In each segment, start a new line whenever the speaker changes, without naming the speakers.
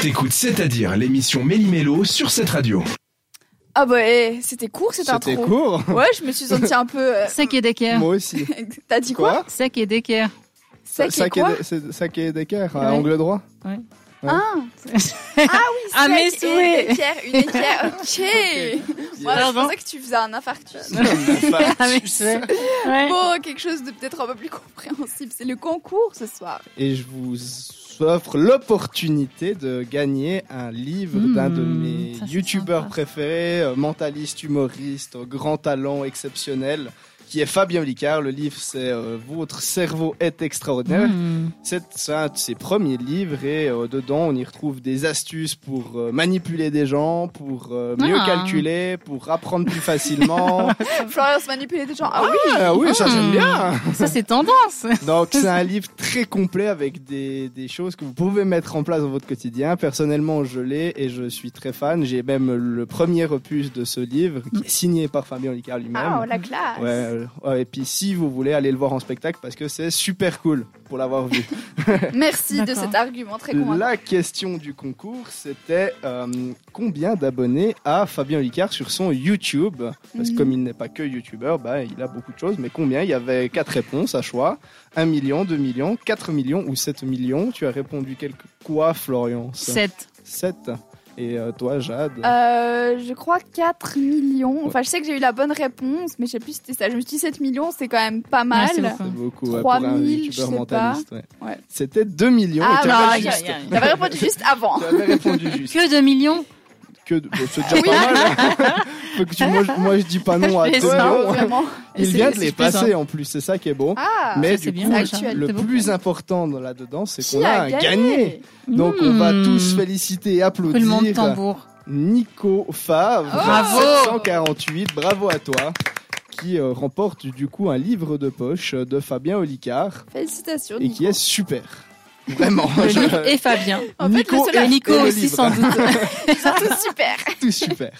T'écoutes C'est-à-dire l'émission Méli-Mélo sur cette radio.
Ah bah, eh, c'était court cette intro.
C'était court.
Ouais, je me suis sentie un peu... euh,
Sec et d'équerre.
Moi aussi.
T'as dit quoi,
Sec et d'équerre.
Sec et
Sac et
quoi
de- c'est- Sac et d'équerre,
Ouais.
à angle droit.
Ah,
Ah, mais
sec et
souhait.
Une équerre, une équerre, ok Moi, je pensais que tu faisais un infarctus.
Ah, mais souhait. Ouais.
Bon, quelque chose de peut-être un peu plus compréhensible. C'est le concours ce soir.
Et je vous offre l'opportunité de gagner un livre
Mmh,
d'un de mes
ça, c'est
youtubeurs
sympa.
préférés, euh, mentaliste, humoriste, euh, grand talent exceptionnel, qui est Fabien Licard. Le livre, c'est euh, Votre cerveau est extraordinaire.
Hmm.
C'est c'est un de ses premiers livres et euh, dedans on y retrouve des astuces pour euh, manipuler des gens, pour euh, mieux
Ah.
calculer, pour apprendre plus facilement.
Florian se manipulait des gens. Ah oui
ah, oui, ça j'aime bien.
Ça, c'est tendance.
Donc c'est un livre très complet avec des, des choses que vous pouvez mettre en place dans votre quotidien. Personnellement je l'ai et je suis très fan. J'ai même le premier opus de ce livre qui est signé par Fabien Licard lui-même.
Ah, la classe
Ouais, euh, ouais, et puis si vous voulez aller le voir en spectacle parce que c'est super cool pour l'avoir vu.
Merci de
D'accord.
cet argument très convaincant.
La question du concours, c'était euh, combien d'abonnés a Fabien Licard sur son YouTube Parce que
Mhm.
comme il n'est pas que YouTuber, bah, il a beaucoup de choses, mais combien Il y avait quatre réponses à choix 1 million, 2 millions, 4 millions ou 7 millions. Tu as répondu quelque quoi, Florian
7.
7. Et euh, toi, Jade
Euh, je crois 4 millions. Enfin, je sais que j'ai eu la bonne réponse, mais je sais plus si c'était ça. Je me suis dit 7 millions, c'est quand même pas mal.
Ouais, c'est beaucoup.
C'est beaucoup, ouais, pour
3 000,
un
je sais
youtubeur
pas.
mentaliste. ouais.
Ouais.
C'était 2 millions.
Ah,
et tu
bah,
avais
aïe,
juste.
aïe, aïe.
J'avais répondu juste avant.
Tu avais répondu juste.
Que 2 millions
Que... de- bon, C'est déjà pas mal. hein. Faut que tu- moi, je- moi, je dis pas non à
Je fais
deux
ça,
millions.
ouais.
Vraiment.
Il
C'est-
vient de
c'est
les
plaisant.
passer en plus, c'est ça qui est beau.
Ah
Mais
Ça,
du
c'est bien,
coup,
déjà.
actuel,
le
C'est beaucoup.
plus important dans- là-dedans, c'est
Qui
qu'on a,
a
un
gagné,
gagné. Donc on va
Hmm.
tous féliciter et
Roulement de
applaudir
tambour.
Nico Favre,
Oh, Bravo.
748, bravo à toi, qui euh, remporte du coup un livre de poche euh, de Fabien Olicard
Félicitations.
et
Nico.
qui est super. Vraiment,
Le
je-
livre et Fabien.
En fait,
Nico
le seul
Et Nico
et le
aussi,
livre.
sans doute.
C'est super.
tout super.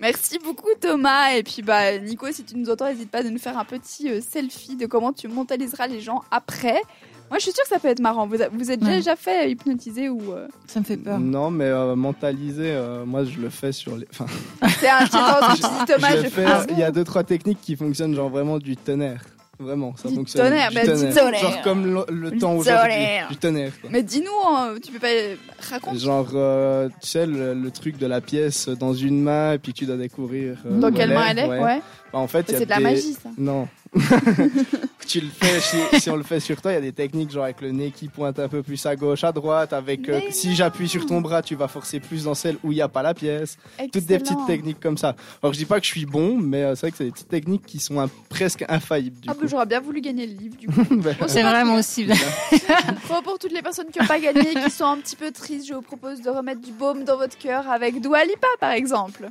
Merci beaucoup Thomas et puis bah Nico si tu nous entends n'hésite pas de nous faire un petit euh, selfie de comment tu mentaliseras les gens après. Moi je suis sûre que ça peut être marrant. Vous, a- vous êtes
Ouais.
déjà fait hypnotiser ou euh,
Ça me fait peur.
Non, mais euh, mentaliser, euh, moi je le fais sur les. Enfin,
c'est un petit temps de Thomas
Je
je,
vais
fais
faire-
un-
il y a deux trois techniques qui fonctionnent genre vraiment du tonnerre. Vraiment, ça
Du
fonctionne.
tonnerre, bah, du tonnerre.
Genre comme le, le
Du
temps aujourd'hui.
tonnerre.
Du tonnerre. quoi.
Mais dis-nous hein, tu peux pas raconte
Genre, euh, tu sais, le, le truc de la pièce dans une main et puis que tu dois découvrir. euh,
dans
où
quelle main elle est
ouais.
ouais.
Bah, en fait, il y a
C'est de la
des-
magie ça.
Non. tu le fais, si, si on le fait sur toi, il y a des techniques genre avec le nez qui pointe un peu plus à gauche, à droite, avec euh,
Mais
si j'appuie sur ton bras, tu vas forcer plus dans celle où il n'y a pas la pièce. Toutes des petites
Excellent.
techniques comme ça. Alors je dis pas que je suis bon, mais euh, c'est vrai que c'est des petites techniques qui sont un- presque infaillibles du
Ah bah
coup.
j'aurais bien voulu gagner le livre du coup.
Bah,
Bon,
C'est
pas
vraiment aussi.
Bon, pour toutes les personnes qui n'ont pas gagné et qui sont un petit peu tristes, je vous propose de remettre du baume dans votre cœur avec Dua Lipa par exemple.